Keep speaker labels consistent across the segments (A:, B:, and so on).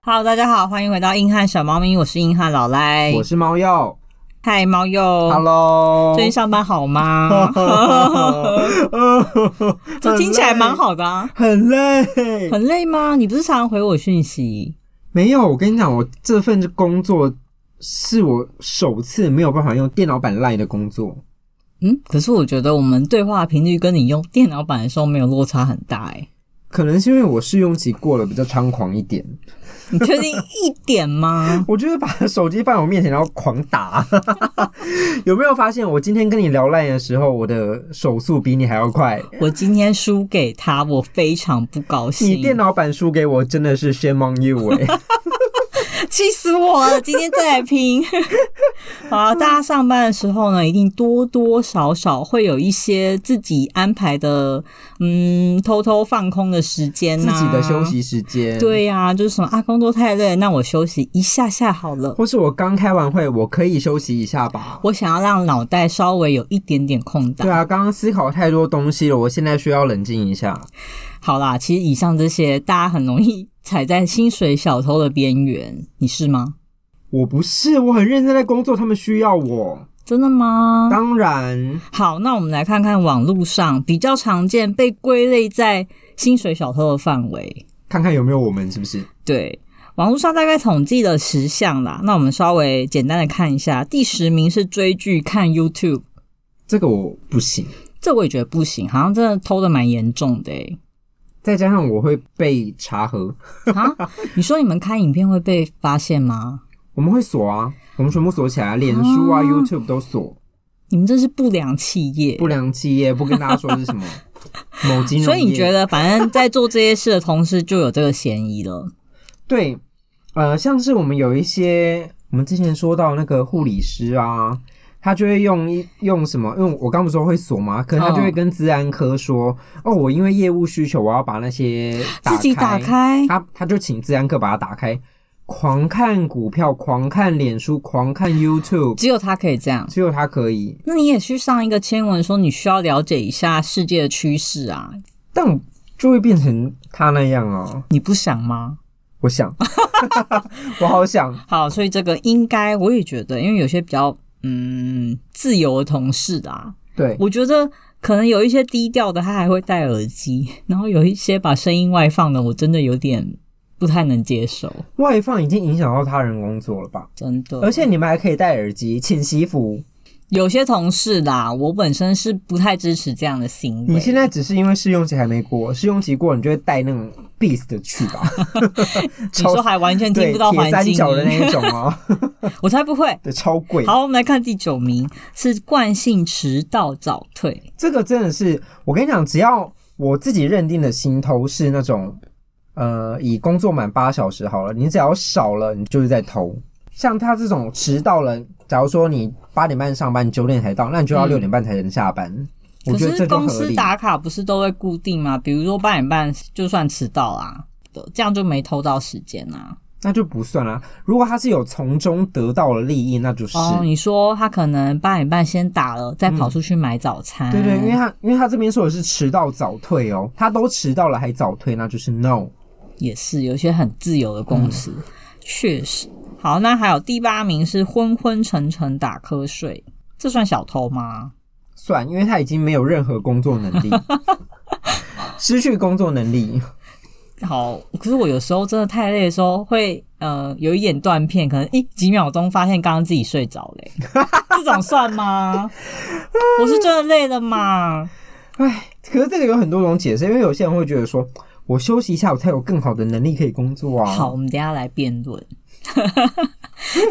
A: Hello，大家好，哎欢迎回到硬汉小猫咪，我是硬汉老赖，
B: 我是猫药
A: 嗨猫鼬
B: 哎，Hello，
A: 最近上班好
B: 哦
A: 吗？ 这听起来蛮，好的啊，
B: 很累。
A: 很累吗？你不是常常回我讯息？
B: 没有，我跟你讲，我这份工作是我首次没有办法用电脑版赖的工作。
A: 嗯，可是我觉得我们对话频率跟你用电脑版的时候没有落差很大哎、
B: 可能是因为我试用期过了，比较猖狂一点。
A: 你确定一点 吗？
B: 我就是把手机放我面前，然后狂打。 有没有发现，我今天跟你聊赖的时候，我的手速比你还要快？
A: 我今天输给他，我非常不高兴。
B: 你电脑版输给我，真的是 shame on you 哎、
A: 气死我了！今天再来拼。 好啊，大家上班的时候呢，一定多多少少会有一些自己安排的，嗯，偷偷放空的时间、
B: 自
A: 呐，
B: 己的休。息时间。
A: 对呀、就是什么啊，工作太累，那我休息一下下好了。
B: 或是我刚开完会，我可以休息一下吧。
A: 我想要让脑袋稍微有一点点空档。
B: 对啊，刚刚思考太多东西了，我现在需要冷静一下。
A: 好啦，其实以上这些，大家很容易踩在薪水小偷的边缘，你是吗？
B: 我不是，我很认真在工作，他们需要我。
A: 真的吗？
B: 当然，
A: 好，那我们来看看网络上比较常见被归类在薪水小偷的范围。
B: 看看有没有我们是不是？
A: 对，网络上大概统计了十项啦。那我们稍微简单的看一下，第十名是追剧看 YouTube，
B: 这个我不行，
A: 这我也觉得不行，好像真的偷的蛮严重的欸 诶、
B: 再加上我会被查核，
A: 啊，你说你们看影片会被发现吗？
B: 我们会锁啊，我们全部锁起来，脸书啊、
A: 哦
B: YouTube 都锁。
A: 你们这是不良企业
B: 不。良企业不跟大家说是什么某金融业，
A: 所以你觉得，反正在做这些事的同时就有这个嫌疑 了。
B: 对？呃，像是我们有一些，我们之前说到那个护理师啊，他就会用一用什么？因为我刚不是说会锁吗？可
A: 嗯
B: 能他就会跟治安科说，哦，我因为业务需求，我要把那些
A: 自己打开，
B: 他他就请治安科把它打开，狂看股票，狂看脸书，狂看 YouTube，
A: 只有他可以这样。
B: 只有他可以。
A: 那你也去上一个签文，说你需要了解一下世界的趋势啊，
B: 但我就会变成他那样哦。
A: 你不想吗？
B: 我想， 我好想，
A: 好，所以这个应该我也觉得，因为有些比较嗯自由的同事啊，
B: 对，
A: 我觉得可能有一些低调的，他还会戴耳机， 然后有一些把声音外放的，我真的有点不太能接受，
B: 外放已经影响到他人工作了吧？
A: 真的。
B: 而且你们还可以戴耳机，请惜福。
A: 有些同事啦，我本身是不太支持这样的行为。
B: 你现在只是因为试用期还没过，试用期过你就会带那种 Beast 去吧，
A: 你说还完全听
B: 对
A: 不到环
B: 铁三
A: 境
B: 角的那
A: 音，
B: 一种哦，
A: 我才不会。
B: 对，超贵。
A: 好，我们来看第九名是惯性迟到早退，
B: 这个真的是，我跟你讲，只要我自己认定的薪偷是那种，呃，以工作满八小时好了，你只要少了，你就是在偷。像他这种迟到了，假如说你八点半上班，你九点才到，那你就要
A: 嗯
B: 六点半才能下班。我
A: 可
B: 觉得
A: 是
B: 这就
A: 公
B: 合
A: 司
B: 理。
A: 打卡不是都会固定吗？比如说八点半就算迟到啦，这样就没偷到时间啊。
B: 那就不算啦。如果他是有从中得到了利益，那就是。
A: 哦，你说他可能八点半先打了，再跑出去买早餐，
B: 对对，因为他因为他这边说的是迟到早退哦，他都迟到了还早退，那就是 no。
A: 也是有一些很自由的公司，
B: 嗯
A: 确实。好，那还有第八名是昏昏沉沉打瞌睡，这算小偷吗？
B: 算，因为他已经没有任何工作能 力，失去工作能力。
A: 好，可是我有时候真的太累的时候会，呃，有一点断片，可能一几秒钟发现刚刚自己睡着嘞、 这种算吗？我是真的累了嘛？
B: 唉，可是这个有很多种解释，因为有些人会觉得说，我休息一下，我才有更好的能力可以工作啊。
A: 好，我，们等一下来辩论。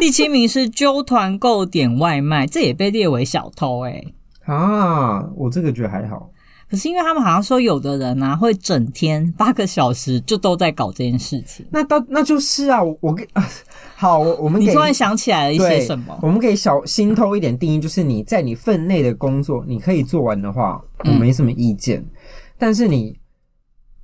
A: 第七名是揪团购点外卖，这也被列为小偷哎、
B: 啊，我这个觉得还好。
A: 可是因为他们好像说有的人啊，会整天八个小时就都在搞这件事情。
B: 那到那就是啊，我我跟、 啊、好，我我们
A: 你
B: 给
A: 突然想起来了一些
B: 对
A: 什么？
B: 我们给小心偷一点定义，就是你在你分内的工作，你可以做完的话，我
A: 嗯
B: 没什么意见。但是你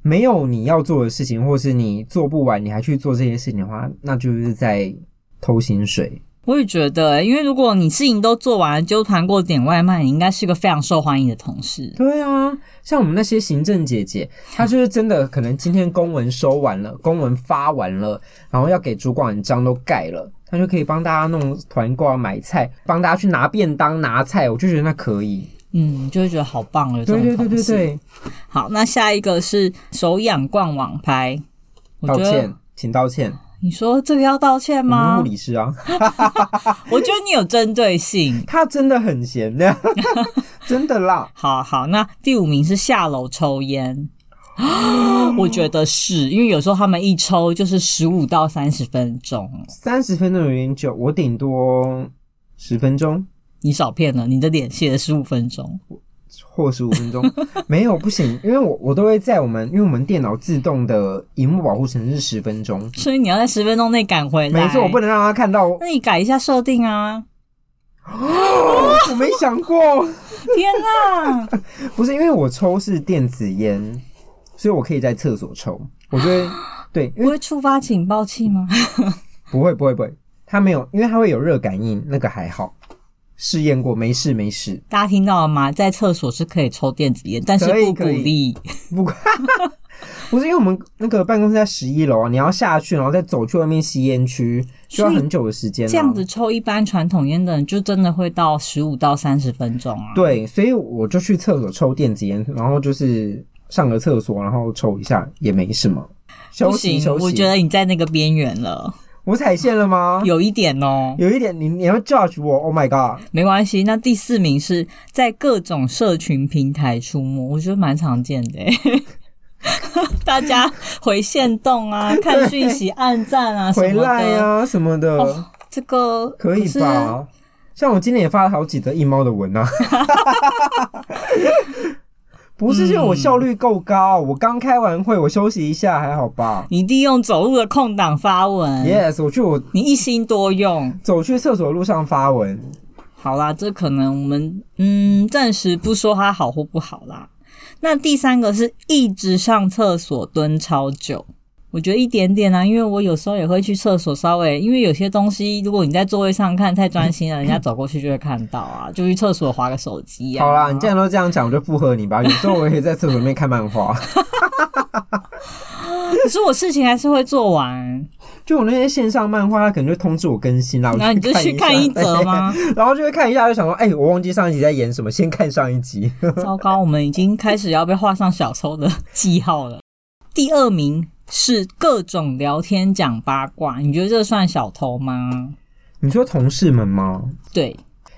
B: 没有你要做的事情，或是你做不完，你还去做这些事情的话，那就是在偷薪水。
A: 我也觉得、欸因为如果你事情都做完，就团购点外卖，你应该是个非常受欢迎的同事。
B: 对啊，像我们那些行政姐姐，她就是真的可能今天公文收完了，公文发完了，然后要给主管章都盖了，她就可以帮大家弄团购啊、买菜，帮大家去拿便当、拿菜，我就觉得那可以。
A: 嗯，就会觉得好棒了。有这
B: 对
A: 种
B: 对对
A: 同
B: 对
A: 事
B: 对，
A: 好，那下一个是手痒逛网拍，我
B: 道
A: 觉得
B: 歉，请道歉，
A: 你说这个要道歉
B: 我们
A: 吗
B: 物？理师啊，
A: 我觉得你有针对性。
B: 他真的很 闲的，真的啦。
A: 好好，那第五名是下楼抽 烟。我觉得是因为有时候他们一抽就是十五到三十分钟，
B: 三十分钟有点久，我顶多十分钟
A: 你少骗了，你的脸写了十五分钟。
B: 或十五 分钟，没有不行，因为我我都会在我们，因为我们电脑自动的荧幕保护程是十分钟，
A: 所以你要在十分钟内赶回来。
B: 没错，我不
A: 能。
B: 能让他 看到。哦我
A: 那你改一下设定啊！
B: 我没想过，
A: 天啊 哪，
B: 不是因为我抽是电子烟，所以我可以在厕所抽。我 觉得对，因
A: 不
B: 为
A: 会触发警报器吗？
B: 不会不会不会，它没有，因为它会有热感应，那个还好，试验过，没事没事。
A: 大家听到了吗？在厕所是可以抽电子烟，但是
B: 可以
A: 不鼓
B: 可以
A: 励。
B: 不过， 不是因为我们那个办公室在十一楼啊，你要下去，然后再走去外面吸烟区，需要
A: 所以
B: 很久的时间、啊。
A: 这样子抽一般传统烟的人，就真的会到十五到三十分钟啊。
B: 对，所以我就去厕所抽电子烟，然后就是上个厕所，然后抽一下也没什么。休
A: 不
B: 息
A: 行，
B: 休息，啊
A: 我觉得你在那个边缘了，
B: 我踩线了吗？
A: 有一点哦。
B: 有一点，你你要 judge 我？Oh my god！
A: 没关系，那第四名是在各种社群平台出没，我觉得蛮常见的欸。 大家回线动 啊，看讯息、按赞啊什
B: 回
A: 么
B: 来
A: 的，
B: 啊什么的，
A: 哦这个啊
B: 可以？吧？像我今年也发了好几则一猫的 文啊。不是，因为我效率够高。我刚开完会，我休息一下还好吧。
A: 你利用走路的空档发文
B: Yes，我去我
A: 你一心多用。
B: 走去厕所的路上发文，
A: 好啦，这可能我们嗯暂时不说它好或不好啦。那第三个是一直上厕所蹲超久，我觉得一点点啊，因为我有时候也会去厕所稍微，因为有些东西如果你在座位上看太专心了，人家走过去就会看到啊，就去厕所划个手机啊。
B: 好啦，你既然都这样讲，我就附和 你吧。有时候我也可以在厕所里面看漫画，
A: 可是我事情还是会做完，
B: 就我那些线上漫画，它可能就通知我更新啦，我
A: 然后你就去看一
B: 下
A: 则？吗？
B: 对 然后就会看一下，就想说，哎、我忘记上一集在演什么，先看上 一集。
A: 糟糕，我们已经开始要被画上小偷的记号了。第二名是各种聊天讲八卦，你觉得这算小偷吗？
B: 你说同事们吗？
A: 对，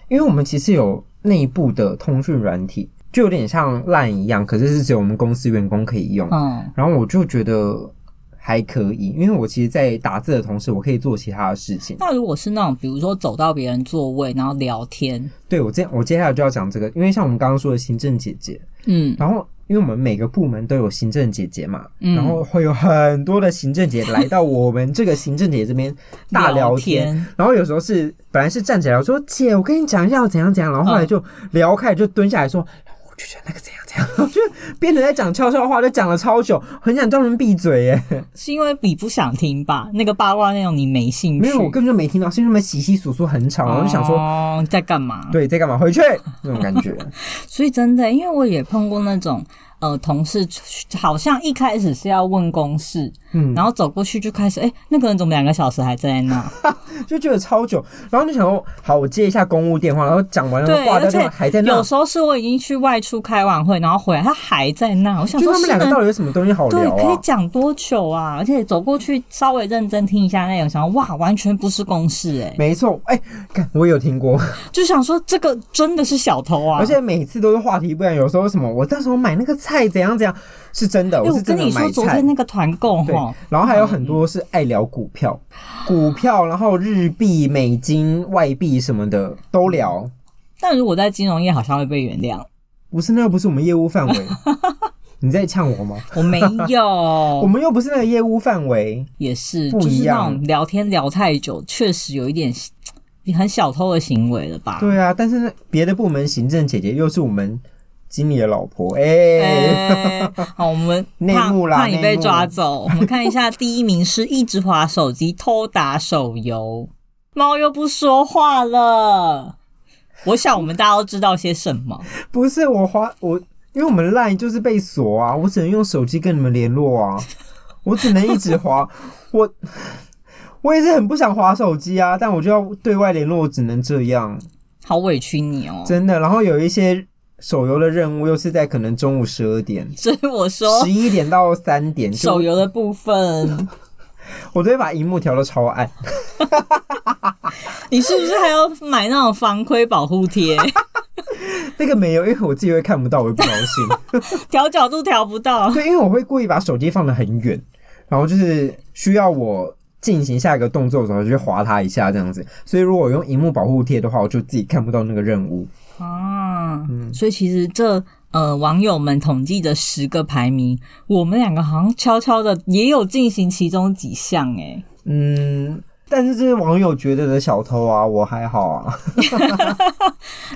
B: 因为我们其实有内部的通讯软体，就有点像 LINE 一样，可是是只有我们公司员工可以用。
A: 嗯，
B: 然后我就觉得还可以，因为我其实，在打字的同时，我可以做其他的事情。
A: 那如果是那种，比如说走到别人座位然后聊天，
B: 对我接我接下来就要讲这个，因为像我们刚刚说的行政姐姐，
A: 嗯，
B: 然后因为我们每个部门都有行政姐姐嘛，
A: 嗯
B: 然后会有很多的行政姐来到我们这个行政姐这边大聊天。
A: 天，
B: 然后有时候是本来是站起来我说姐，我跟你讲一下我怎样怎样，然后后
A: 嗯
B: 来就聊开就蹲下来说，我就觉得那个怎样怎样，我就变得在讲悄悄话，就讲了超久，很想叫人闭嘴 耶。
A: 是因为你不想听吧？那个八卦内容你没兴趣，
B: 没有，我根本就没听到，是因为他们稀稀疏疏很吵，然后就想说
A: 哦你在干嘛？
B: 对在干嘛，回 去那种感觉。
A: 所以真的，因为我也碰过那种。呃，同事好像一开始是要问公事，
B: 嗯
A: 然后走过去就开始，哎、那个人怎么两个小时还在 那？
B: 就觉得超久，然后就想说，好，我接一下公务电话，然后讲完了
A: 对，
B: 呃挂掉
A: 而
B: 电
A: 且
B: 话还在那
A: 有，时候是我已经去外出开完会，然后回来他还在那，我想
B: 就
A: 说
B: 他们
A: 是
B: 两个
A: 能
B: 到底有什么东西好
A: 对
B: 聊
A: 可以
B: 啊？
A: 讲多久啊？而且走过去稍微认真听一下内容，想说哇，完全不是公事哎、
B: 没错，哎、看我有听过，
A: 就想说这个真的是小偷啊！
B: 而且每次都是话题不然，有时候什么我到时候买那个菜怎样怎样，是真的，
A: 哎
B: 是
A: 我
B: 真
A: 跟
B: 的
A: 你
B: 买
A: 说，昨
B: 菜
A: 天。那个团购
B: 对
A: 哈，，
B: 然后还有很多是爱聊股票，股票，然后日币、美金、外币什么的都聊，
A: 但如果在金融业好像会被原谅，
B: 不是那又不是我们业务范 围，你在呛我吗？
A: 我没
B: 我
A: 有，
B: 们又不是那个业务范围，
A: 也是，
B: 不
A: 就
B: 一
A: 是那
B: 样
A: 种聊天聊太久，确实有一点很小偷的行为了吧？
B: 对啊，但是那别的部门行政姐姐又是我们经理的老婆，哎、
A: 哎， 好，我们
B: 内
A: 怕
B: 幕啦
A: 怕你被
B: 内幕
A: 抓走。我们看一下，第一名是一直滑手机偷打手游，猫又不说话了。我想我们大家都知道些什么。
B: 不是我花我，因为我们 LINE 就是被锁啊，我只能用手机跟你们联络啊，我只能一直滑， 我我也是很不想滑手机啊，但我就要对外联络，我只能这样，
A: 好委屈你哦！
B: 真的。然后有一些手游的任务又是在可能中午十二点、
A: 所以我说
B: 十一点到三点，就
A: 手游的部分，
B: 我都会把荧幕调到超暗。
A: 你是不是还要买那种防窥保护贴？
B: 那个没有，因为我自己会看不到，我也不高兴。
A: 调角度调不到，
B: 对，因为我会故意把手机放得很远，然后就是需要我进行下一个动作的时候，就去划它一下这样子。所以如果我用荧幕保护贴的话，我就自己看不到那个任务。
A: 啊，
B: 嗯
A: 所以其实这呃网友们统计的十个排名，我们两个好像悄悄的也有进行其中几项哎、
B: 嗯，但是这是网友觉得的小偷啊，我还好啊，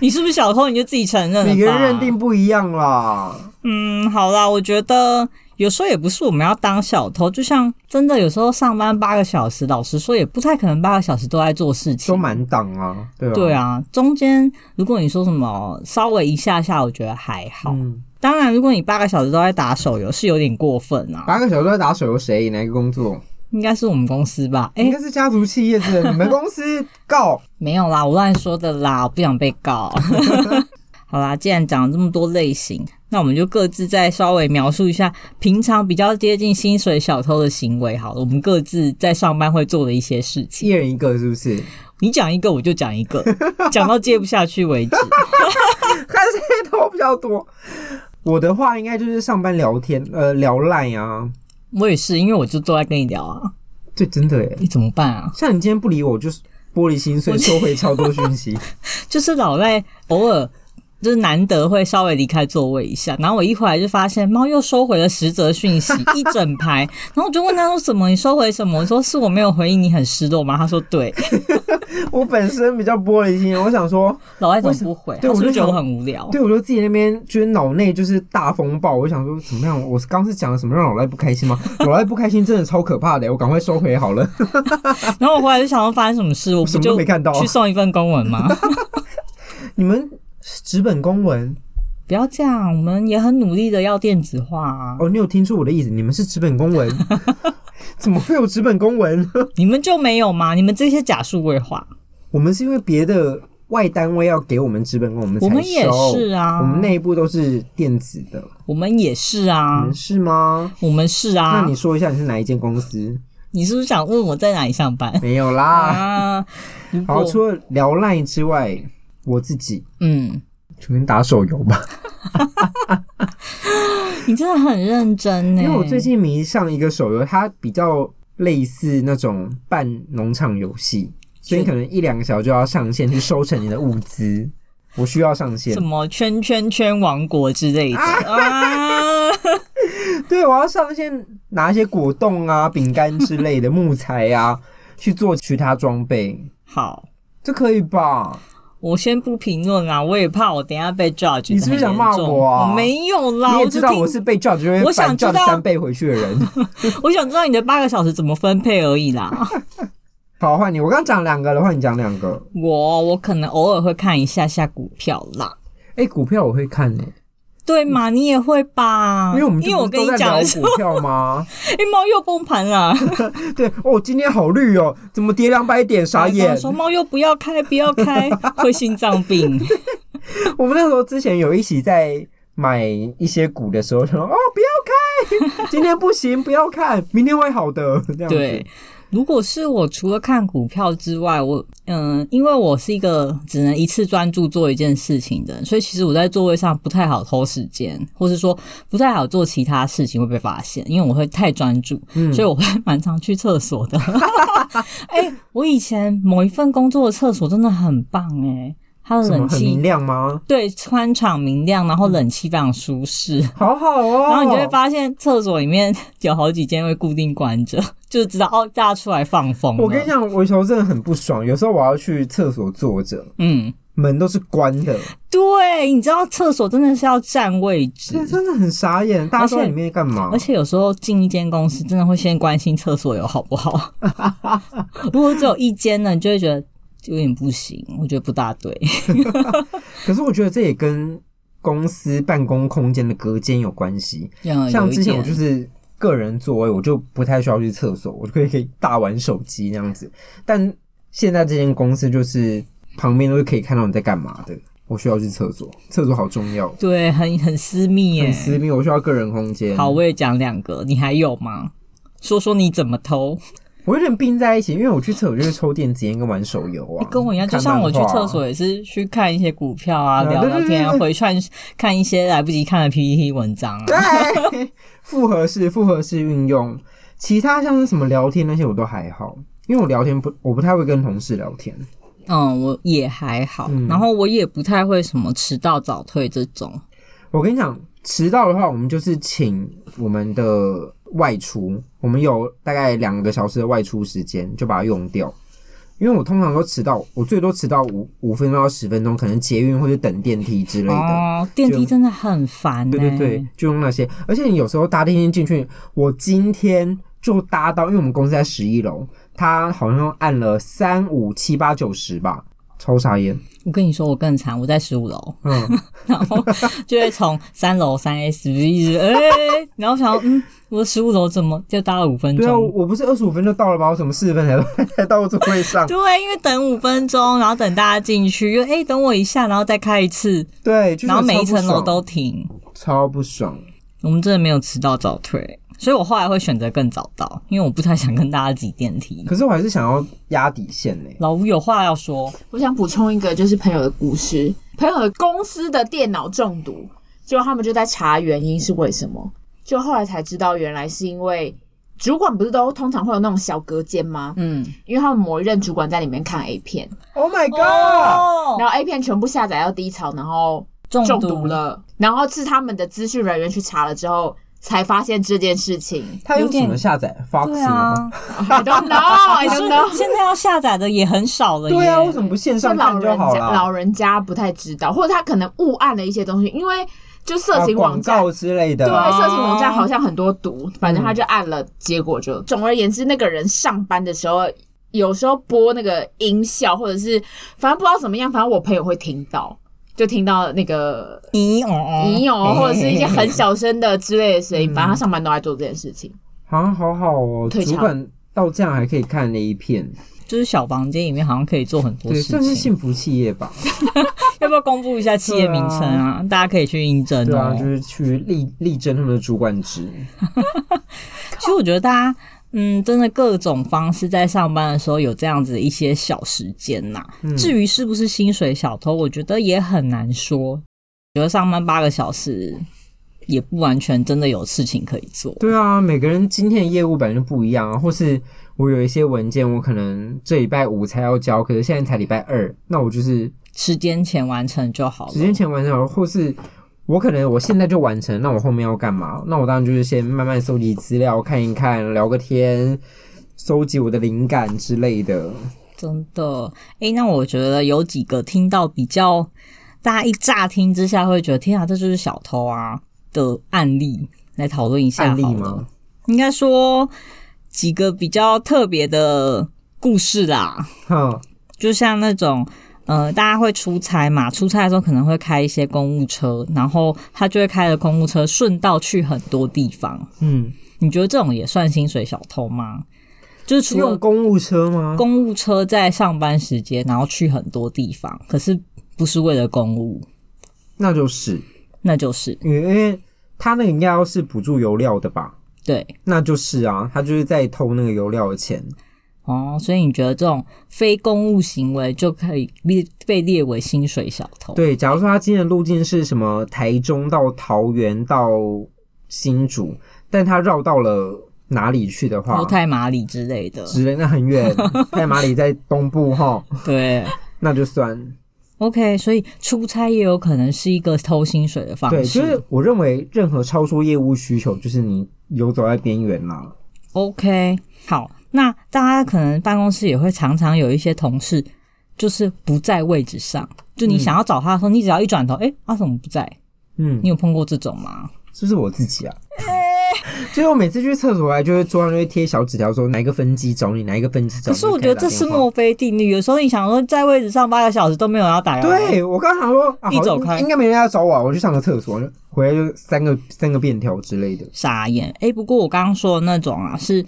A: 你是不是小偷？你就自己承认了吧。
B: 每个人认定不一样啦。
A: 嗯，好啦，我觉得有时候也不是我们要当小偷，就像真的有时候上班八个小时，老实说也不太可能八个小时都在做事
B: 都
A: 情。
B: 满档啊，对啊，
A: 对啊，中间如果你说什么稍微一下下，我觉得还好。
B: 嗯，
A: 当然，如果你八个小时都在打手游，是有点过分啊。
B: 八个小时都在打手游，谁哪一个工作？
A: 应该是我们公司吧？哎、
B: 应该是家族企业之类的，你们公司告。
A: 没有啦，我乱说的啦，我不想被告。 好啦，既然讲了这么多类型，那我们就各自再稍微描述一下平常比较接近薪水小偷的行为。好了，我们各自在上班会做的一些事情。
B: 一人一个是不是？
A: 你讲一个，我就讲一个，讲到接不下去为止。
B: 还是黑头比较多。我的话应该就是上班聊天，呃，聊赖啊。
A: 我也是，因为我就都在跟你聊啊，
B: 对，真的耶。
A: 你怎么办啊？
B: 像你今天不理我，我就是玻璃心碎，收回超多讯息。
A: 就是老赖偶尔就是难得会稍微离开座位一下，然后我一回来就发现猫又收回了十则讯息，一整排，然后我就问他说什么？你收回什么？我说是我没有回应你，很失落 吗？他说对。
B: 我本身比较玻璃心，啊我想说，
A: 老赖怎么不回？
B: 对
A: 他是不
B: 我
A: 是
B: 就
A: 觉得我
B: 想
A: 很无聊？
B: 对我就自己那边就是脑内就是大风暴，我想说怎么样？我刚是讲了什么让老赖不开心吗？老赖不开心真的超可怕的耶，我赶快收回好了。
A: 然后我回来就想要发生什么事，我
B: 什
A: 不
B: 么都
A: 就
B: 没看到啊
A: 去送一份公文吗？
B: 你们纸本公文
A: 不要这样，我们也很努力的要电子化啊，
B: 哦，你有听出我的意思？你们是纸本公文？ 怎么会有纸本公文？
A: 你们就没有吗？你们这些假数位化，
B: 我们是因为别的外单位要给我们纸本工，我们才
A: 我们也
B: 收
A: 是啊
B: 我们内部都是电子的，
A: 我们也是
B: 你
A: 啊
B: 们，是吗？
A: 我们是啊。
B: 那你说一下你是哪一间公司？
A: 你是不是想问我在哪里上班？
B: 没有啦。
A: 啊，如
B: 好，
A: 果
B: 除了聊赖之外，我自己
A: 嗯，
B: 全面打手游 吧，
A: 你真的很认真欸呢。
B: 因为我最近迷上一个手游，它比较类似那种半农场游戏，所以
A: 是
B: 可能一两个小时就要上线去收成你的物资。我需要上线
A: 什，么圈圈圈王国之类的啊，
B: 对，我要上线拿一些果冻啊、饼干之类的木材 啊，去做其他装备，
A: 好。
B: 这可以吧？
A: 我先不评论啦，我也怕我等一下被 judge 得很严重。
B: 你是不是想骂我啊
A: 我没有啦，
B: 你
A: 我
B: 也
A: 就
B: 知道
A: 听
B: 我，是被 judge 因为
A: 我想
B: 反
A: 知
B: judge
A: 道
B: 三倍回去的 人。
A: 我想知道你的八个小时怎么分配而已 啦。
B: 好，换你。我刚讲两个的话，换你讲两个。
A: 我我可能偶尔会看一下下股票啦，
B: 哎、股票我会看呢、
A: 对嘛？你也会吧？
B: 嗯啊因为我们就
A: 欸因为我
B: 不是
A: 跟
B: 都
A: 你
B: 在
A: 讲
B: 聊
A: 的是，
B: 股票 吗？
A: 哎猫又崩盘了。
B: 对，哦，今天好绿哦，怎么跌两百点？ 傻
A: 然后跟
B: 眼
A: 我！说猫又不要开，不要开，会心脏病。
B: 我们那时候之前有一起在买一些股的时候，说哦，不要 看，今天不行，不要看，明天会好的。这样子
A: 对，，如果是我除了看股票之外，我嗯、因为我是一个只能一次专注做一件事情的人，所以其实我在座位上不太好偷时间，或是说不太好做其他事情会被发现，因为我会太专注，
B: 嗯
A: 所以我会蛮常去厕所 的。哎、我以前某一份工作的厕所真的很棒哎、它的
B: 什么
A: 冷
B: 很
A: 气
B: 明亮吗？
A: 对宽敞明亮，然后冷气非常舒适。
B: 好好哦。
A: 然后你就会发现厕所里 面有好几间会固定关着，就知道哦，大家出来放风了。
B: 我跟你讲，我有时候真的很不爽，有时候我要去厕所坐着，
A: 嗯，
B: 门都是关的，
A: 对，你知道厕所真的是要占位置
B: 这，真的很傻眼。大家都在里面干嘛
A: 嗯而？且有时候进一间公司，真的会先关心厕所有好不 好。如果只有一间呢，你就会觉得有点不行，我觉得不大对。
B: 可是我觉得这也跟公司办公空间的隔间有关系。
A: 嗯
B: 像之前我就是个人座位，我就不太需要去厕所，我就可以可以大玩手机那样子。但现在这间公司就是旁边都是可以看到你在干嘛的，我需要去厕所，厕所好重要，
A: 对很很私密耶
B: 很。私密，我需要个人空间。
A: 好，我也讲两个，你还有吗？说说你怎么偷？
B: 我有点并在一起，因为我去厕所就是抽电子烟跟玩手游啊，
A: 哎跟我一样，就
B: 看
A: 像我去
B: 漫画啊
A: 厕所也是去看一些股票啊，
B: 对
A: 聊聊
B: 对对
A: 天啊，
B: 对
A: 回串看一些来不及看的 PPT 文章啊。
B: 对， 复合式复合式运用，其他像是什么聊天那些我都还好，因为我聊天不我不太会跟同事聊天。
A: 嗯，我也还好，
B: 嗯
A: 然后我也不太会什么迟到早退这种。
B: 我跟你讲，迟到的话，我们就是请我们的外出，我们有大概两个小时的外出时间，就把它用掉。因为我通常都迟到，我最多迟到五五分钟到十分钟，可能捷运或者等电梯之类的。
A: 哦，电梯真的很烦、欸。
B: 对对对，，就用那些。而且你有时候搭电梯进去，我今天就搭到，因为我们公司在十一楼，他好像按了三五七八九十吧，超傻眼。
A: 我跟你说，我更惨，我在十五楼，
B: 嗯，
A: 然后就会从三楼三 S 一直 哎，然后想要嗯，我十五楼怎么就搭了五分
B: 对啊，我
A: 钟？
B: 我不是二十五分就到了吗？我怎么四十分才到才到 座位上？
A: 对，因为等五分钟，然后等大家进去，又哎、等我一下，然后再开一次，
B: 对，就是
A: 然后每
B: 超
A: 一
B: 不
A: 层楼
B: 爽
A: 都停。
B: 超不爽。
A: 我们真的没有迟到早退，所以我后来会选择更早到，因为我不太想跟大家挤电梯。
B: 可是我还是想要压底线呢、
A: 老吴有话要说，
C: 我想补充一个，就是朋友的故事，朋友的公司的电脑中毒，结果他们就在查原因是为什么，就后来才知道原来是因为主管不是都通常会有那种小隔间吗？
A: 嗯
C: 因为他们某一任主管在里面看 A 片，
B: Oh my god！、
A: 哦，
C: 然后 A 片全部下载到低潮，然后
A: 中
C: 中毒，了，然后是他们的资讯人员去查了之后。才发现这件 事情
B: 他用什
A: 有
B: 么
A: 点
B: 下载？Fox
A: 对
B: 吗？
A: 啊，
C: ，I don't know，I
A: 可
C: don't
A: 是
C: know。
A: 现在要下载的也很少了耶。
B: 对啊，为什么不线
C: 就
B: 上
C: 老
B: 看就
C: 人
B: 好
C: 家老
B: 了？
C: 人家不太知道，或者他可能误按了一些东西，因为就色
B: 啊
C: 情
B: 广
C: 网站。
B: 告之类的，
C: 对，啊色情网站好像很多毒，反正他就按了，结果就嗯总而言之，那个人上班的时候，有时候播那个音效，或者是反正不知道怎么样，反正我朋友会听到，就听到那个
A: 咦哦哦，
C: 吟咏
B: 嘿嘿嘿
C: 或者是一些很小声的之类的声音，反正他上班都在做这件事情。
B: 好像好好哦，
C: 退场
B: 主管到这样还可以看那一片，
A: 就是小房间里面好像可以做很多
B: 对，
A: 事
B: 算是
A: 情。
B: 幸福企业吧。
A: 要不要公布一下企业名称啊？大家可以去应征
B: 对
A: 哦
B: 啊，。就是去力力争他们的主管职。
A: 其实我觉得大家。嗯，真的各种方式在上班的时候有这样子一些小时间呐、
B: 嗯
A: 至于是不是薪水小偷，我觉得也很难说。觉得上班八个小时也不完全真的有事情可以做。
B: 对啊，每个人今天的业务本来就不一样啊，或是我有一些文件，我可能这礼拜五才要交，可是现在才礼拜二，那我就是
A: 时间前完成就好了。
B: 时间前完成，或是我可能我现在就完成，那我后面要干嘛？那我当然就是先慢慢搜集资料，看一看，聊个天，搜集我的灵感之类的。
A: 真的，诶，那我觉得有几个听到比较大家一乍听之下会觉得天啊，这就是小偷啊的案例，来讨论一下
B: 案例
A: 好
B: 吗
A: 了。应该说几个比较特别的故事啦，
B: 哼，
A: 就像那种。呃，大家会出差嘛？出差的时候可能会开一些公务车，然后他就会开着公务车顺道去很多地方。
B: 嗯，
A: 你觉得这种也算薪水小偷吗？就是除了
B: 用公务车吗？
A: 公务车在上班时间，然后去很多地方，可是不是为了公务，
B: 那就是，
A: 那就是
B: 因为因为他那个应该要是补助油料的吧？
A: 对
B: 那就是啊，他就是在偷那个油料的钱。
A: 哦。所以你觉得这种非公务行为就可以列被列为薪水小偷？
B: 对，假如说他今天的路径是什么台中到桃园到新竹，但他绕到了哪里去的话
A: 犹，太马里之类的，
B: 啊之类，那很远，太马里在东部哈，
A: 对。
B: 那就算
A: OK，所以出差也有可能是一个偷薪水的方
B: 对，
A: 式。
B: 就是我认为任何超出业务需求，就是你游走在边缘啦。
A: OK，好，那大家可能办公室也会常常有一些同事，就是不在位置上，就你想要找他的时候，你只要一转头，哎、他怎么不在？
B: 嗯
A: 你，有碰过这种吗？
B: 是不是我自己啊？
A: 哎
B: 就是我每次去厕所哎来，就会桌上就会贴小纸条，说哪一个分机找你，哪一个分机找
A: 可
B: 你。
A: 是我觉得这是
B: 就开始
A: 墨菲定律，有时候你想说在位置上八个小时都没有人要打
B: 打
A: 扰
B: 电话。
A: 你，
B: 对我刚想说，啊、
A: 一走开
B: 好应该没人要找我啊，我去上个厕所，回来就三个三个便条之类的。
A: 傻眼。哎、不过我刚刚说的那种啊，是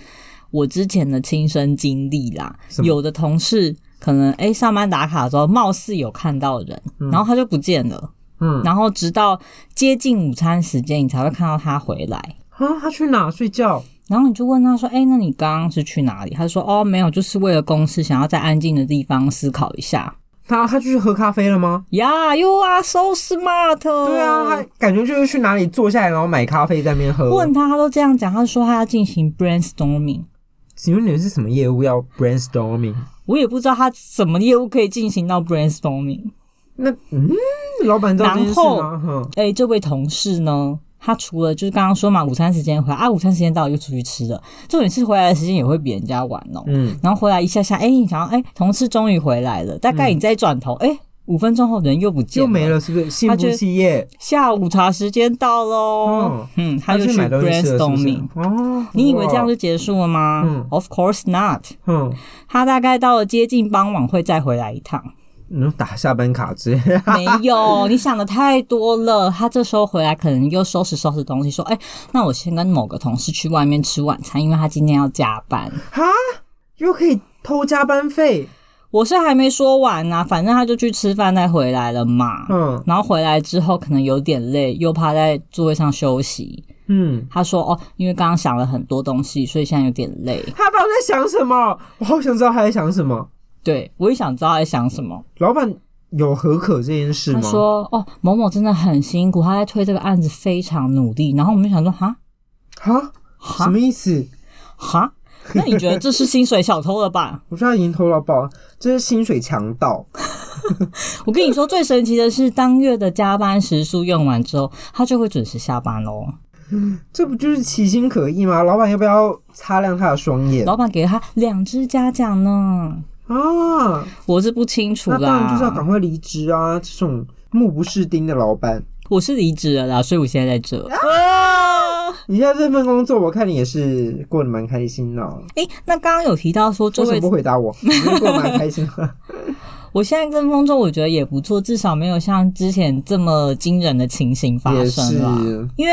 A: 我之前的亲身经历啦
B: 什。么
A: 有的同事可能哎、上班打卡的时候，貌似有看到人，然后他就不见了，
B: 嗯，
A: 然后直到接近午餐时间，你才会看到他回来。
B: 啊，他去哪睡觉？
A: 然后你就问他说：“哎、那你刚刚是去哪里？”他就说：“哦，没有，就是为了公事，想要在安静的地方思考一下。
B: 他他去喝咖啡了吗？”
A: 呀，You are so smart。对
B: 对啊，他感觉就是去哪里坐下来，然后买咖啡在那边喝。
A: 问他，他都这样讲，他说他要进行 brainstorming。
B: 请问你们是什么业务要 brainstorming？
A: 我也不知道他什么业务可以进行到 brainstorming。
B: 那嗯，老板知道这件事吗？
A: 然
B: 哼，
A: 哎、这位同事呢，他除了就是刚刚说嘛，午餐时间回来啊，午餐时间到了又出去吃了，重点是回来的时间也会比人家晚哦。
B: 嗯，
A: 然后回来一下下，哎、你想要，哎、同事终于回来了，大概你再转头，哎、五分钟后人又不见
B: 就嗯没了，是不是？幸福企业，
A: 下午茶时间到喽
B: 嗯，
A: 嗯，他就
B: 去
A: 去
B: 买东西吃了，是不是
A: brainstorming。？
B: 哦，
A: 你以为这样就结束了吗、
B: 嗯
A: o f course not。
B: 嗯，
A: 他大概到了接近傍晚会再回来一趟。
B: 你说打下班卡之类，
A: 没有，你想的太多了。他这时候回来，可能又收拾收拾东西，说：“哎、那我先跟某个同事去外面吃晚餐，因为他今天要加班。
B: 哈，又可以偷加班费，”
A: 我是还没说完呢、啊反正他就去吃饭再回来了嘛。
B: 嗯
A: 然后回来之后可能有点累，又趴在座位上休息。
B: 嗯。
A: 他说：“哦，因为刚刚想了很多东西，所以现在有点累。
B: 他到底在想什么？我好想知道他在想什么。
A: 对我也想知道他在想什么。
B: 老板有合可这件事
A: 他
B: 吗？
A: 说：“哦，某某真的很辛苦，他在推这个案子非常努力。”然后我们就想说：“哈，
B: 哈，
A: 哈
B: 什么意思？
A: 哈，那你觉得这是薪水小偷了吧？
B: 我说他已经偷到爆了，这是薪水强盗。
A: 我跟你说，最神奇的是，当月的加班时数用完之后，他就会准时下班喽。
B: 这不就是其心可疑吗？老板要不要擦亮他的双眼
A: 老板给他两只嘉奖呢，
B: 啊？
A: 我是不清楚
B: 那当然就是要赶
A: 啦。
B: 快离职啊！这种目不识丁的老板，
A: 我是离职了啦，所以我现在在这。
B: 啊你现在这份工作，我看你也是过得蛮开心的、哦。
A: 诶，那刚刚有提到说这
B: 为什么
A: 位
B: 不，回 答我？你是过得蛮开心 的。
A: 我现在跟风中我觉得也不错，至少没有像之前这么惊人的情形发
B: 也
A: 生啦。
B: 是，
A: 因为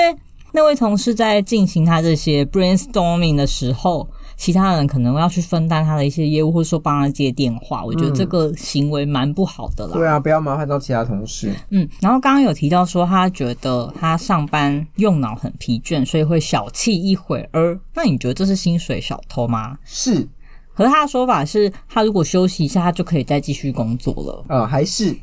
A: 那位同事在进行他这些 brainstorming 的时候，其他人可能要去分担他的一些业务，或者说帮他接电话。我觉得这个行为蛮不好的啦。
B: 对啊，不要麻烦到其他同事。
A: 嗯，然后刚刚有提到说，他觉得他上班用脑很疲倦，所以会小憩一会儿。那你觉得这是薪水小偷吗？
B: 是，
A: 可是他的说法是，他如果休息一下，他就可以再继续工作了。
B: 呃，还是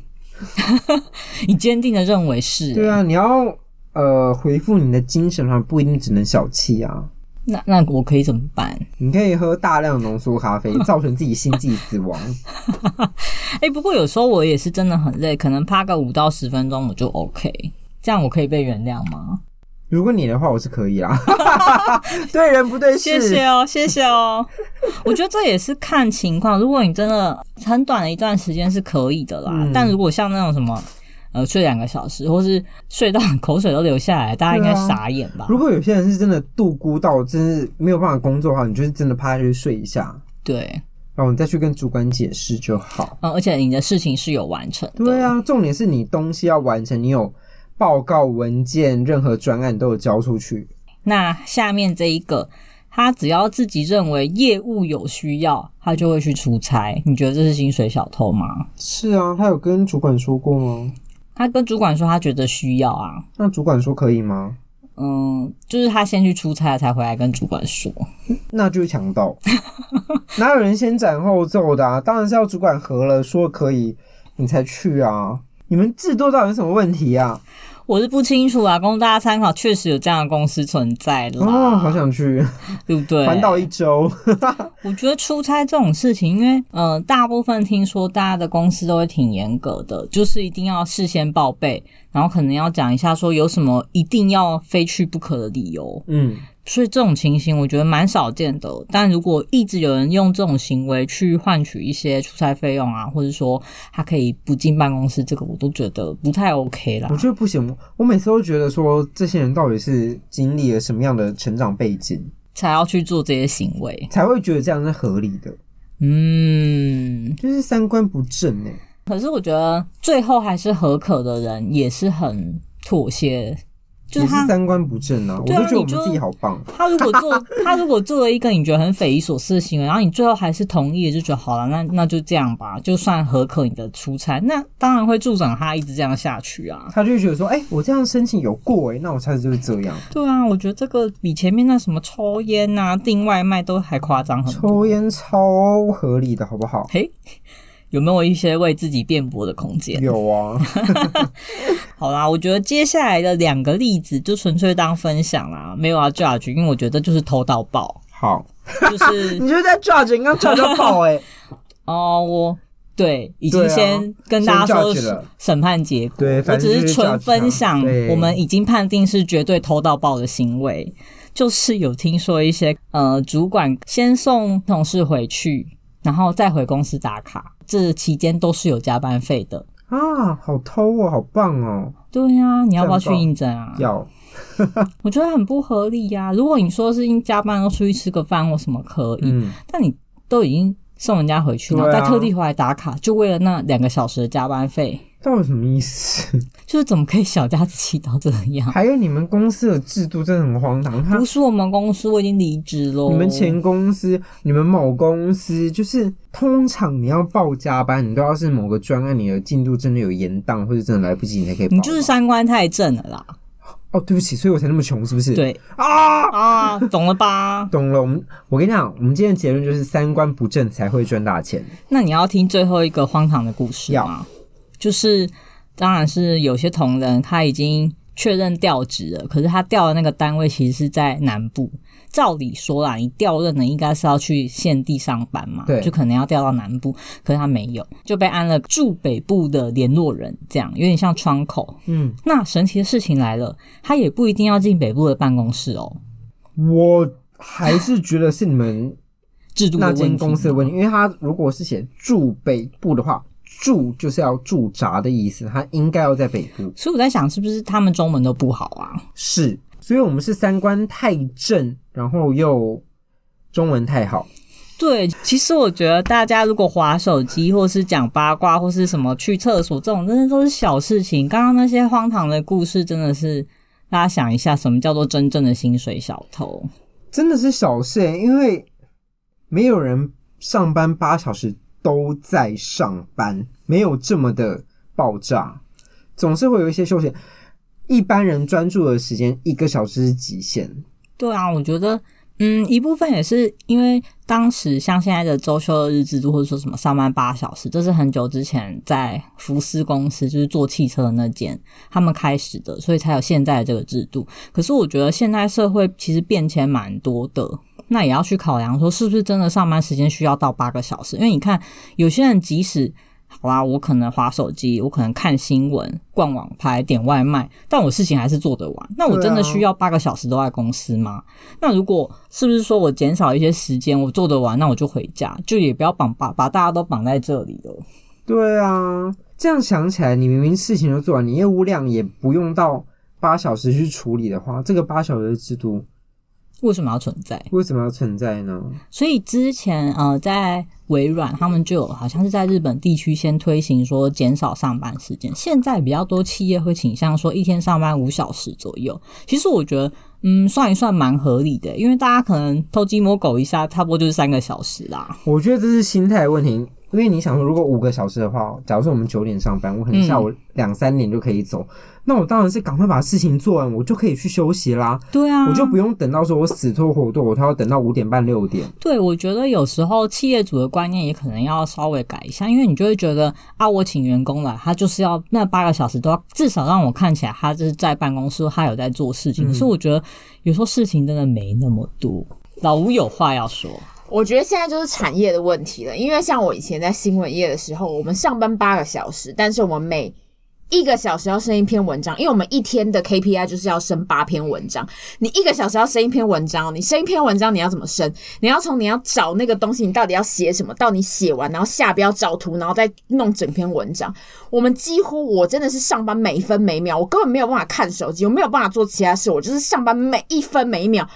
A: 你坚定的认为是？
B: 对。啊，你要呃回复你的精神嘛，不一定只能小气啊。
A: 那那我可以怎么办？
B: 你可以喝大量浓缩咖 啡，造成自己心悸死亡。
A: 哎、不过有时候我也是真的很累，可能趴个五到十分钟我就 OK，这样我可以被原谅吗？
B: 如果你的话，我是可以 啦。对人不对
A: 谢
B: 事，
A: 谢哦，谢谢哦。 我觉得这也是看情况，如果你真的很短的一段时间是可以的啦，
B: 嗯
A: 但如果像那种什么。呃，睡两个小时，或是睡到 口水都流下来，大家应该
B: 对啊
A: 傻眼吧？
B: 如果有些人是真的度孤到真是没有办法工作的话，你就是真的趴下去睡一下，
A: 对，
B: 然后你再去跟主管解释就好。
A: 嗯，而且你的事情是有完成的。
B: 对啊，重点是你东西要完成，你有报告文件，任何专案都有交出去。
A: 那下面这一个，他只要自己认为业务有需要，他就会去出差。你觉得这是薪水小偷吗？
B: 是啊，他有跟主管说过吗？
A: 他跟主管说他觉得需要啊，
B: 那主管说可以吗？
A: 嗯，就是他先去出差才回来跟主管说。
B: 那就是强 盗，哪有人先斩后奏的、啊？当然是要主管合了说可以，你才去啊。你们制度到底有什么问题啊？
A: 我是不清楚啊，供大家参考，确实有这样的公司存在啦，
B: 哦，好想去
A: 对不对？
B: 环岛一 周。
A: 我觉得出差这种事情，因为呃，大部分听说大家的公司都会挺严格的，就是一定要事先报备，然后可能要讲一下说有什么一定要非去不可的理由。
B: 嗯，
A: 所以这种情形我觉得蛮少见的。但如果一直有人用这种行为去换取一些出差费用啊，或者说他可以不进办公室，这个我都觉得不太 OK 啦
B: 我。觉得不行，我每次都觉得说这些人到底是经历了什么样的成长背景，
A: 才要去做这些行为，
B: 才会觉得这样是合理的，
A: 嗯。
B: 就是三观不正哎、
A: 可是我觉得最后还是合可的人也是很妥协，就是
B: 也是
A: 他
B: 三观不正啊！我
A: 对
B: 都
A: 啊
B: 觉得我
A: 你就
B: 们自己好棒，
A: 他如果 做他如果做了一个你觉得很匪夷所思的行为，然后你最后还是同意了，就觉得好了，那那就这样吧，就算合可你的出差，那当然会助长他一直这样下去啊。
B: 他就会觉得说，哎、我这样申请有过哎、那我下次就会这 样。
A: 对啊，我觉得这个比前面那什么抽烟啊、订外卖都还夸张很多。
B: 抽烟超合理的，好不 好？
A: 嘿，有没有一些为自己辩驳的空间？
B: 有啊，
A: 好啦，我觉得接下来的两个例子就纯粹当分享啦，没有要 judge，因为我觉得就是偷到爆，
B: 好，
A: 就是
B: 你就是在 judge 人，刚 judge 到爆 哎、
A: 哦，我对已经
B: 对啊
A: 先跟大家说
B: 先 judge 了
A: 审判结果，
B: 对
A: 我
B: 反正
A: 只
B: 就是是
A: 纯
B: judge
A: 分
B: 他
A: 享，
B: 对
A: 我们已经判定是绝对偷到爆的行为。就是有听说一些呃，主管先送同事回去，然后再回公司打卡，这期间都是有加班费的。
B: 啊，好偷哦，好棒哦，
A: 对呀、你要不要
B: 这
A: 去
B: 样吧
A: 应征啊？
B: 要
A: 我觉得很不合理呀、如果你说是因加班要出去吃个饭或什么可以，
B: 嗯，
A: 但你都已经送人家回去，然
B: 对啊
A: 后再特地回来打卡，就为了那两个小时的加班费，
B: 到底什么意思？
A: 就是怎么可以小家子气到这样？
B: 还有你们公司的制度真的很荒唐，他
A: 不是我们公司，我已经离职喽。
B: 你们前公司、你们某公司，就是通常你要报加班，你都要是某个专案你的进度真的有延宕，或者真的来不及，你才可以报吧。
A: 你就是三观太正了 啦。
B: 哦，对不起，所以我才那么穷，是不是？
A: 对
B: 啊，
A: 啊，懂了 吧？
B: 懂了。我们我跟你讲，我们今天的结论就是三观不正才会赚大钱。
A: 那你要听最后一个荒唐的故事吗？就是，当然是有些同仁他已经确认调职了，可是他调的那个单位其实是在南部。照理说啦，你调任的应该是要去县地上班嘛，
B: 对
A: 就可能要调到南部，可是他没有，就被安了驻北部的联络人，这样有点像窗口。
B: 嗯，
A: 那神奇的事情来了，他也不一定要进北部的办公室哦，
B: 嗯我还是觉得是你们
A: 制度的
B: 那
A: 问题
B: 间
A: 嘛。
B: 公司的问题，因为他如果是写驻北部的话，驻就是要驻扎的意思，他应该要在北部。
A: 所以我在想，是不是他们中文都不好啊？
B: 是，所以我们是三观太正，然后又中文太好。
A: 对，其实我觉得大家如果划手机，或是讲八卦，或是什么去厕所这种，真的都是小事情。刚刚那些荒唐的故事，真的是大家想一下，什么叫做真正的薪水小偷？
B: 真的是小事、欸，因为没有人上班八小时都在上班，没有这么的爆炸，总是会有一些休闲。一般人专注的时间一个小时是极限，
A: 对啊，我觉得，嗯，一部分也是因为当时像现在的周休二日制度，或者说什么上班八小时，这是很久之前在福斯公司，就是做汽车的那间，他们开始的，所以才有现在的这个制度。可是我觉得现代社会其实变迁蛮多的。那也要去考量说，是不是真的上班时间需要到八个小时？因为你看，有些人即使好啦，我可能划手机，我可能看新闻、逛网拍、点外卖，但我事情还是做得完。那我真的
B: 对啊
A: 需要八个小时都在公司吗？那如果是不是说我减少一些时间，我做得完，那我就回家，就也不要绑把把大家都绑在这里了。
B: 对啊，这样想起来，你明明事情都做完，你业务量也不用到八小时去处理的话，这个八小时的制度
A: 为什么要存在？
B: 为什么要存在呢？
A: 所以之前呃，在微软他们就有好像是在日本地区先推行说减少上班时间，现在比较多企业会倾向说一天上班五小时左右。其实我觉得，嗯，算一算蛮合理的，因为大家可能偷鸡摸狗一下，差不多就是三个小时啦。
B: 我觉得这是心态问题，因为你想说，如果五个小时的话，假如说我们九点上班，我可能
A: 嗯
B: 下午两三点就可以走，那我当然是赶快把事情做完，我就可以去休息啦，
A: 对啊，
B: 我就不用等到说我死拖活拖，我都要等到五点半六点。
A: 对，我觉得有时候企业主的观念也可能要稍微改一下，因为你就会觉得啊，我请员工来，他就是要那八个小时都要至少让我看起来他就是在办公室，他有在做事情。可
B: 嗯
A: 是我觉得有时候事情真的没那么多。老吴有话要说，
C: 我觉得现在就是产业的问题了，因为像我以前在新闻业的时候，我们上班八个小时，但是我们每一个小时要生一篇文章，因为我们一天的 KPI 就是要生八篇文章。你一个小时要生一篇文章，你生一篇文章你要怎么生？你要从你要找那个东西，你到底要写什么，到你写完，然后下标找图，然后再弄整篇文章。我们几乎我真的是上班每分每秒，我根本没有办法看手机，我没有办法做其他事，我就是上班每一分每一秒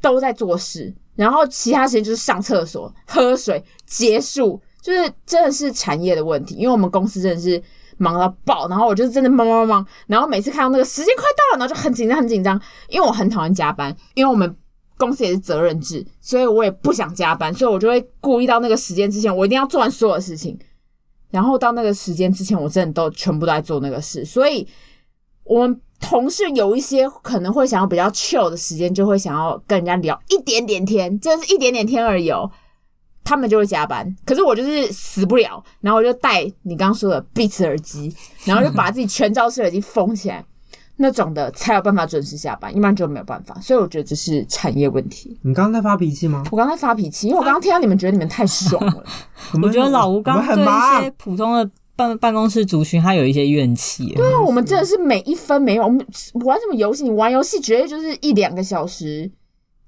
C: 都在做事，然后其他时间就是上厕所、喝水、结束，就是真的是产业的问题，因为我们公司真的是。忙到爆，然后我就是真的忙忙忙，然后每次看到那个时间快到了，然后就很紧张很紧张，因为我很讨厌加班，因为我们公司也是责任制，所以我也不想加班，所以我就会故意到那个时间之前，我一定要做完所有的事情，然后到那个时间之前，我真的都全部都在做那个事，所以我们同事有一些可能会想要比较 chill 的时间，就会想要跟人家聊一点点天，真的是一点点天而已哦。他们就会加班，可是我就是死不了，然后我就戴你刚刚说的 Beats 耳机，然后就把自己全罩式耳机封起来，那种的才有办法准时下班，一般就没有办法。所以我觉得这是产业问题。
B: 你刚刚在发脾气吗？
C: 我刚才发脾气，因为我刚刚听到你们觉得你们太爽了，
B: 我们
A: 我觉得老吴刚
B: 我
A: 刚
B: 们很
A: 对一
B: 忙
A: 些，普通的办办公室族群，他有一些怨气。
C: 对啊，我们真的是每一分每一秒，我们玩什么游戏？你玩游戏绝对就是一两个小时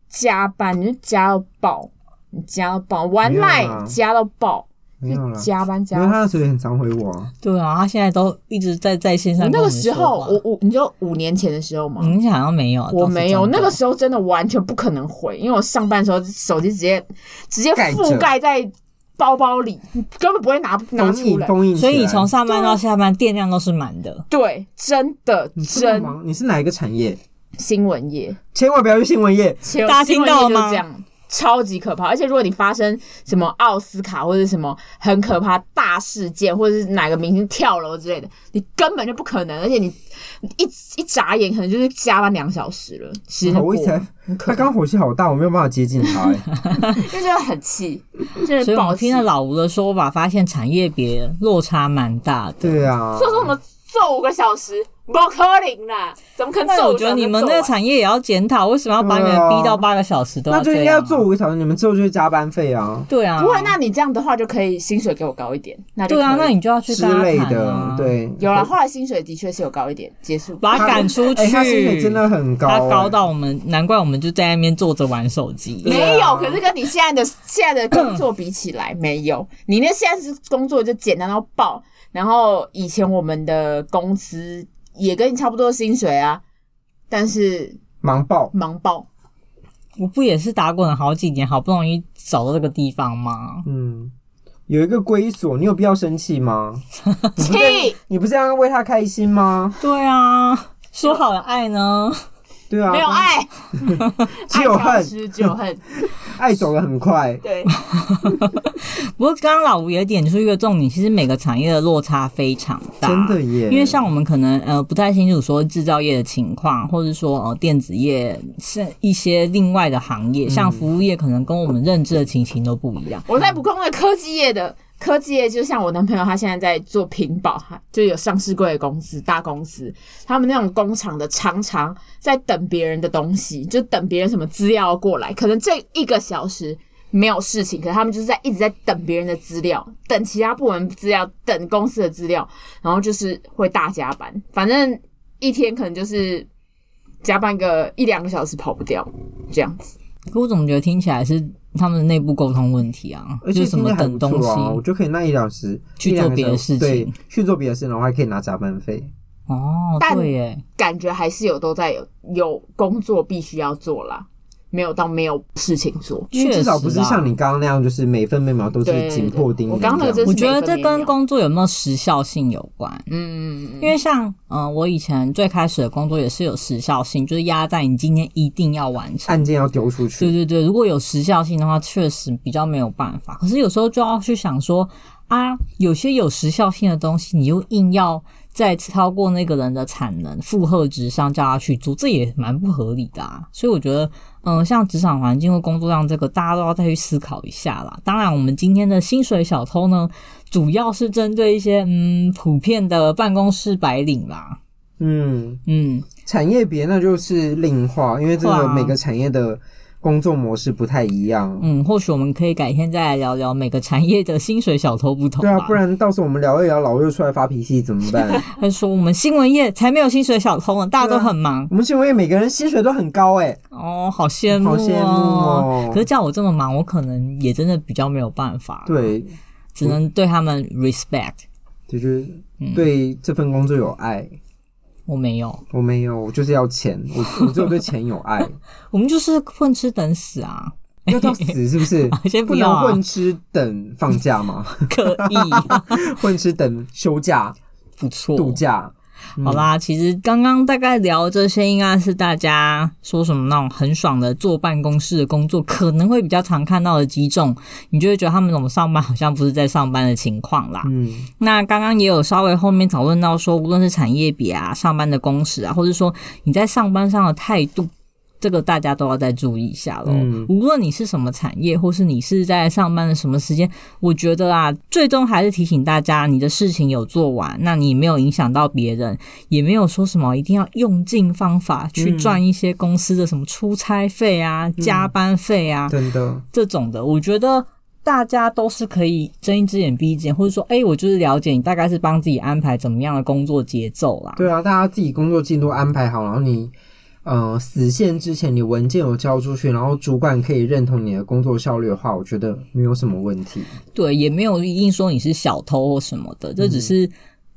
C: 加班，你就加到爆，你加到爆，玩
B: 没有
C: 赖、
B: 啦
C: 加到爆，
B: 没有
C: 就
B: 啦，
C: 加班加
B: 因
C: 到
B: 为他的嘴很常回我啊。
A: 对啊，他现在都一直在在线上
C: 我
A: 跟我
C: 那个
A: 们
C: 时
A: 说
C: 候，
A: 话。
C: 我我你就五年前的时候嘛，
A: 嗯你好像没有，
C: 我没有，那个
A: 是
C: 时候真的完全不可能回，因为我上班的时候手机直接直接
B: 盖着
C: 覆盖在包包里，根本不会拿拿
B: 封
C: 出
B: 印
C: 来。
B: 封印起来，
A: 所以你从上班
B: 啊
A: 到下班电量都是满的。
C: 对，真的
B: 你这么
C: 真
B: 忙，你是哪一个产业？
C: 新闻业，
B: 千万不要去新闻业，
C: 其实
A: 大家听到了吗
C: 新闻业就这样。超级可怕，而且如果你发生什么奥斯卡或者什么很可怕大事件，或者是哪个明星跳楼之类的，你根本就不可能，而且你你一一眨眼可能就是加班两小时了，其实就
B: 我一
C: 过
B: 才
C: 了很
B: 他
C: 可怕
B: 刚，火气好大，我没有办法接近 他、哎
C: 因为真的很气，真
A: 所
C: 的
A: 以
C: 暴
A: 我
C: 气
A: 听了老吴的说法，发现产业别落差蛮大的。
B: 对啊，
C: 做什么做五个小时，不可能啦，怎么可能
A: 但
C: 做
A: 我
C: 五个
A: 觉
C: 小时
A: 得
C: 就做完？
A: 你们那个产业也要检讨，为什么要把你们逼到八个小时都
B: 啊那就
A: 这
B: 应该
A: 样啊
B: 要做五个小时，你们之后就是加班费啊
A: 对啊，
C: 不会，那你这样的话就可以薪水给我高一点，那就
A: 对啊，
C: 可
A: 那
C: 以
A: 你就要去
B: 之
A: 跟他
B: 类
A: 谈
B: 的
A: 啊，，，
B: 对，
C: 有了。后来薪水的确是有高一点，结束。
A: 把他赶出去。
B: 哎、他薪水真的很高、
A: 他
B: 哎
A: 高到我们，难怪我们就在那边坐着玩手机。
B: 啊
C: 没有，可是跟你现在的现在的工作比起来，没有。你那现在是工作就简单到爆，然后以前我们的工资也跟你差不多薪水啊，但是
B: 忙爆。
C: 忙 爆。
A: 我不也是打滚好几年，好不容易找到这个地方吗？
B: 嗯，有一个归所，你有必要生气吗？
C: 气，
B: 你不是要为他开心吗？
A: 对啊，说好的爱呢？
B: 对啊，
C: 没有爱，
B: 只有
C: 爱消
B: 恨，
C: 失只有恨，
B: 爱走得很快。
C: 对。
A: 不过刚刚老吴也点出一个重点，其实每个产业的落差非常大，
B: 真的耶
A: 因为像我们可能呃不太清楚说制造业的情况，或者说呃电子业是一些另外的行业，
B: 嗯
A: 像服务业可能跟我们认知的情形都不一样。
C: 我在不工的科技业的科技业，就像我男朋友，他现在在做屏保，哈就有上市贵的公司、大公司，他们那种工厂的常常在等别人的东西，就等别人什么资料过来，可能这一个小时。没有事情，可是他们就是在一直在等别人的资料，等其他部门资料，等公司的资料，然后就是会大加班，反正一天可能就是加班个一两个小时跑不掉这样子。
A: 可我怎么觉得听起来是他们的内部沟通问题啊？
B: 而
A: 就
B: 且
A: 是什
B: 听着
A: 么
B: 还
A: 等
B: 不
A: 东
B: 错
A: 西、
B: 啊，我就可以那一两时
A: 去做
B: 一两个
A: 别的
B: 小时
A: 事情
B: 对，去做别的事，然后还可以拿加班费。
A: 哦，
C: 但
A: 对耶，
C: 感觉还是有都在有有工作必须要做啦，没有到没有事情做。
B: 因为
A: 确
B: 至少
A: 实
B: 不是
A: 啦
B: 像你刚刚那样，就是每分每秒都
C: 对
B: 是紧迫盯
C: 我
B: 人这
C: 刚
B: 样。
C: 刚那个真
A: 我
C: 是
A: 觉得
C: 每
A: 这
C: 分每
B: 啊
A: 跟
C: 秒
A: 工作有没有时效性有关。
C: 嗯，
A: 因为像呃，我以前最开始的工作也是有时效性，就是压在你今天一定要完成。
B: 案件要丢出
A: 对
B: 去，
A: 对对，如果有时效性的话，确实比较没有办法。可是有时候就要去想说啊，有些有时效性的东西，你又硬要在超过那个人的产能负荷值上叫他去做，这也蛮不合理的啊。所以我觉得，嗯、像职场环境或工作量这个，大家都要再去思考一下啦。当然，我们今天的薪水小偷呢，主要是针对一些嗯普遍的办公室白领啦，
B: 嗯，
A: 嗯，
B: 产业别那就是另话，因为真
A: 对
B: 的
A: 啊
B: 每个产业的工作模式不太一样。
A: 嗯，或许我们可以改天再来聊聊每个产业的薪水小偷不同
B: 对啊，
A: 吧
B: 不然到时候我们聊一聊，老又出来发脾气怎么 办？
A: 他说我们新闻业才没有薪水小
B: 啊
A: 偷呢，大家都很忙、
B: 我们新闻业每个人薪水都很高哎、
A: 哦，好羡慕、哦，
B: 好羡慕哦
A: 可是叫我这么忙，我可能也真的比较没有办法，，
B: 对，
A: 只能对他们 respect。
B: 就是
A: 嗯
B: 对这份工作有爱。
A: 我没有，
B: 我没有，我就是要钱，我我只有对钱有 爱，
A: 我们就是混吃等死啊，
B: 要到死是不是？
A: 先不
B: 不
A: 要
B: 能
A: 啊
B: 混吃等放假吗？
A: 可以，
B: 混吃等休假、
A: 不错，
B: 度
A: 啊
B: 假，嗯
A: 好啦，其实刚刚大概聊这些，应该是大家说什么那种很爽的坐办公室的工作，可能会比较常看到的几种，你就会觉得他们怎么上班好像不是在上班的情况啦。
B: 嗯，
A: 那刚刚也有稍微后面讨论到说，无论是产业比啊、上班的工时啊，或者说你在上班上的态度。这个大家都要再注意一下喽。
B: 嗯
A: 无论你是什么产业，或是你是在上班的什么时间，我觉得啊，最终还是提醒大家，你的事情有做完，那你没有影响到别人，也没有说什么一定要用尽方法去
B: 嗯
A: 赚一些公司的什么出差费啊、加班费啊，
B: 真的，
A: 这种的，我觉得大家都是可以睁一只眼闭一只眼，或者说，哎、我就是了解你大概是帮自己安排怎么样的工作节奏啦。
B: 对啊，大家自己工作进度安排好，然后你，呃，死线之前你文件有交出去，然后主管可以认同你的工作效率的话，我觉得没有什么问题。
A: 对，也没有一定说你是小偷或什么的，这只是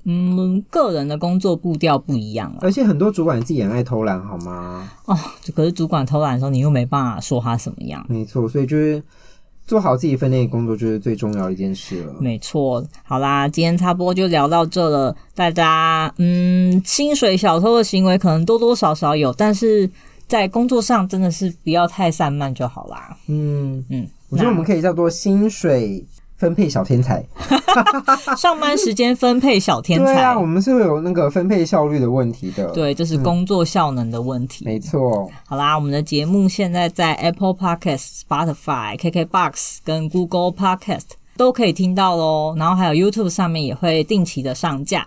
A: 嗯个人的工作步调不一样了。
B: 而且很多主管自己也爱偷懒，好吗？
A: 哦，可是主管偷懒的时候，你又没办法说他什么样。
B: 没错，所以就是做好自己分内的工作，就是最重要的一件事了。
A: 没错，好啦，今天差不多就聊到这了。大家，嗯，薪水小偷的行为可能多多少少有，但是在工作上真的是不要太散漫就好啦。
B: 嗯，
A: 嗯，
B: 我觉得
A: 那
B: 我们可以叫做薪水分配小天才。
A: 上班时间分配小天
B: 对
A: 才，
B: 啊，我们是会有那个分配效率的问题的。，
A: 对，这是工作效能的问题。
B: 没错。
A: 好啦，我们的节目现在在 Apple Podcast、Spotify、KKBox 跟 Google Podcast 都可以听到喽，然后还有 YouTube 上面也会定期的上架。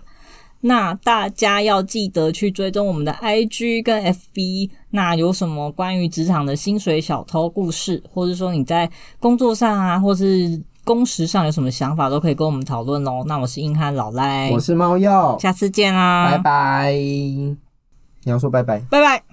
A: 那大家要记得去追踪我们的 IG 跟 FB。那有什么关于职场的薪水小偷故事，或者说你在工作上啊，或是工时上有什么想法，都可以跟我们讨论喽。那我是硬汉老赖
B: 哎我，是猫药，
A: 下次见啦，啊
B: 拜拜。你要说拜拜。
A: 拜拜。